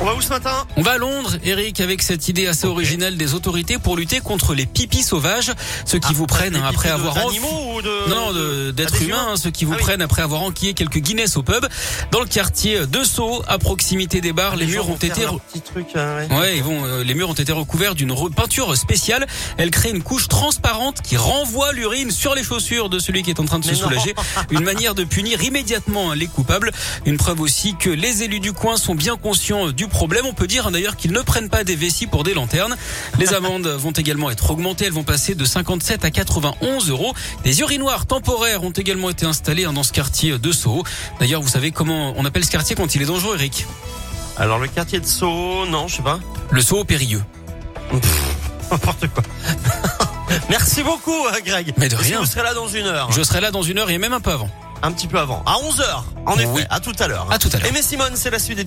On va où ce matin On va à Londres, Eric, avec cette idée assez originale des autorités pour lutter contre les pipis sauvages, ceux qui vous prennent hein, Des après Ah, pipis avoir de, enf- d'animaux ou de Ah, non de- d'êtres des humains, hein, ceux qui vous Ah oui. prennent après avoir enquillé quelques Guinness au pub dans le quartier de Sceaux, à proximité des bars, hein. les, Ah, gens murs ont vont faire été leurs petits trucs, hein, ouais. Ouais, ils vont, euh, les murs ont été recouverts d'une re- peinture spéciale. Elle crée une couche transparente qui renvoie l'urine sur les chaussures de celui qui est en train de se Mais non. soulager. Une manière de punir immédiatement hein, les coupables. Une preuve aussi que les élus du coin sont bien conscients euh, du problème. On peut dire hein, d'ailleurs qu'ils ne prennent pas des vessies pour des lanternes. Les amendes vont également être augmentées. Elles vont passer de 57 à 91 euros. Des urinoirs temporaires ont également été installés hein, dans ce quartier de Soho. D'ailleurs, vous savez comment on appelle ce quartier quand il est dangereux, Eric Alors le quartier de Sceaux, non, je sais pas. Le Soho périlleux. N'importe quoi. Merci beaucoup, hein, Greg. Mais de Est-ce que rien. Vous serez là dans une heure. Je serai là dans une heure et même un peu avant. Un petit peu avant. À 11h, en effet. Oui. À tout à l'heure. hein. À tout à l'heure. Aimé Simone, c'est la suite des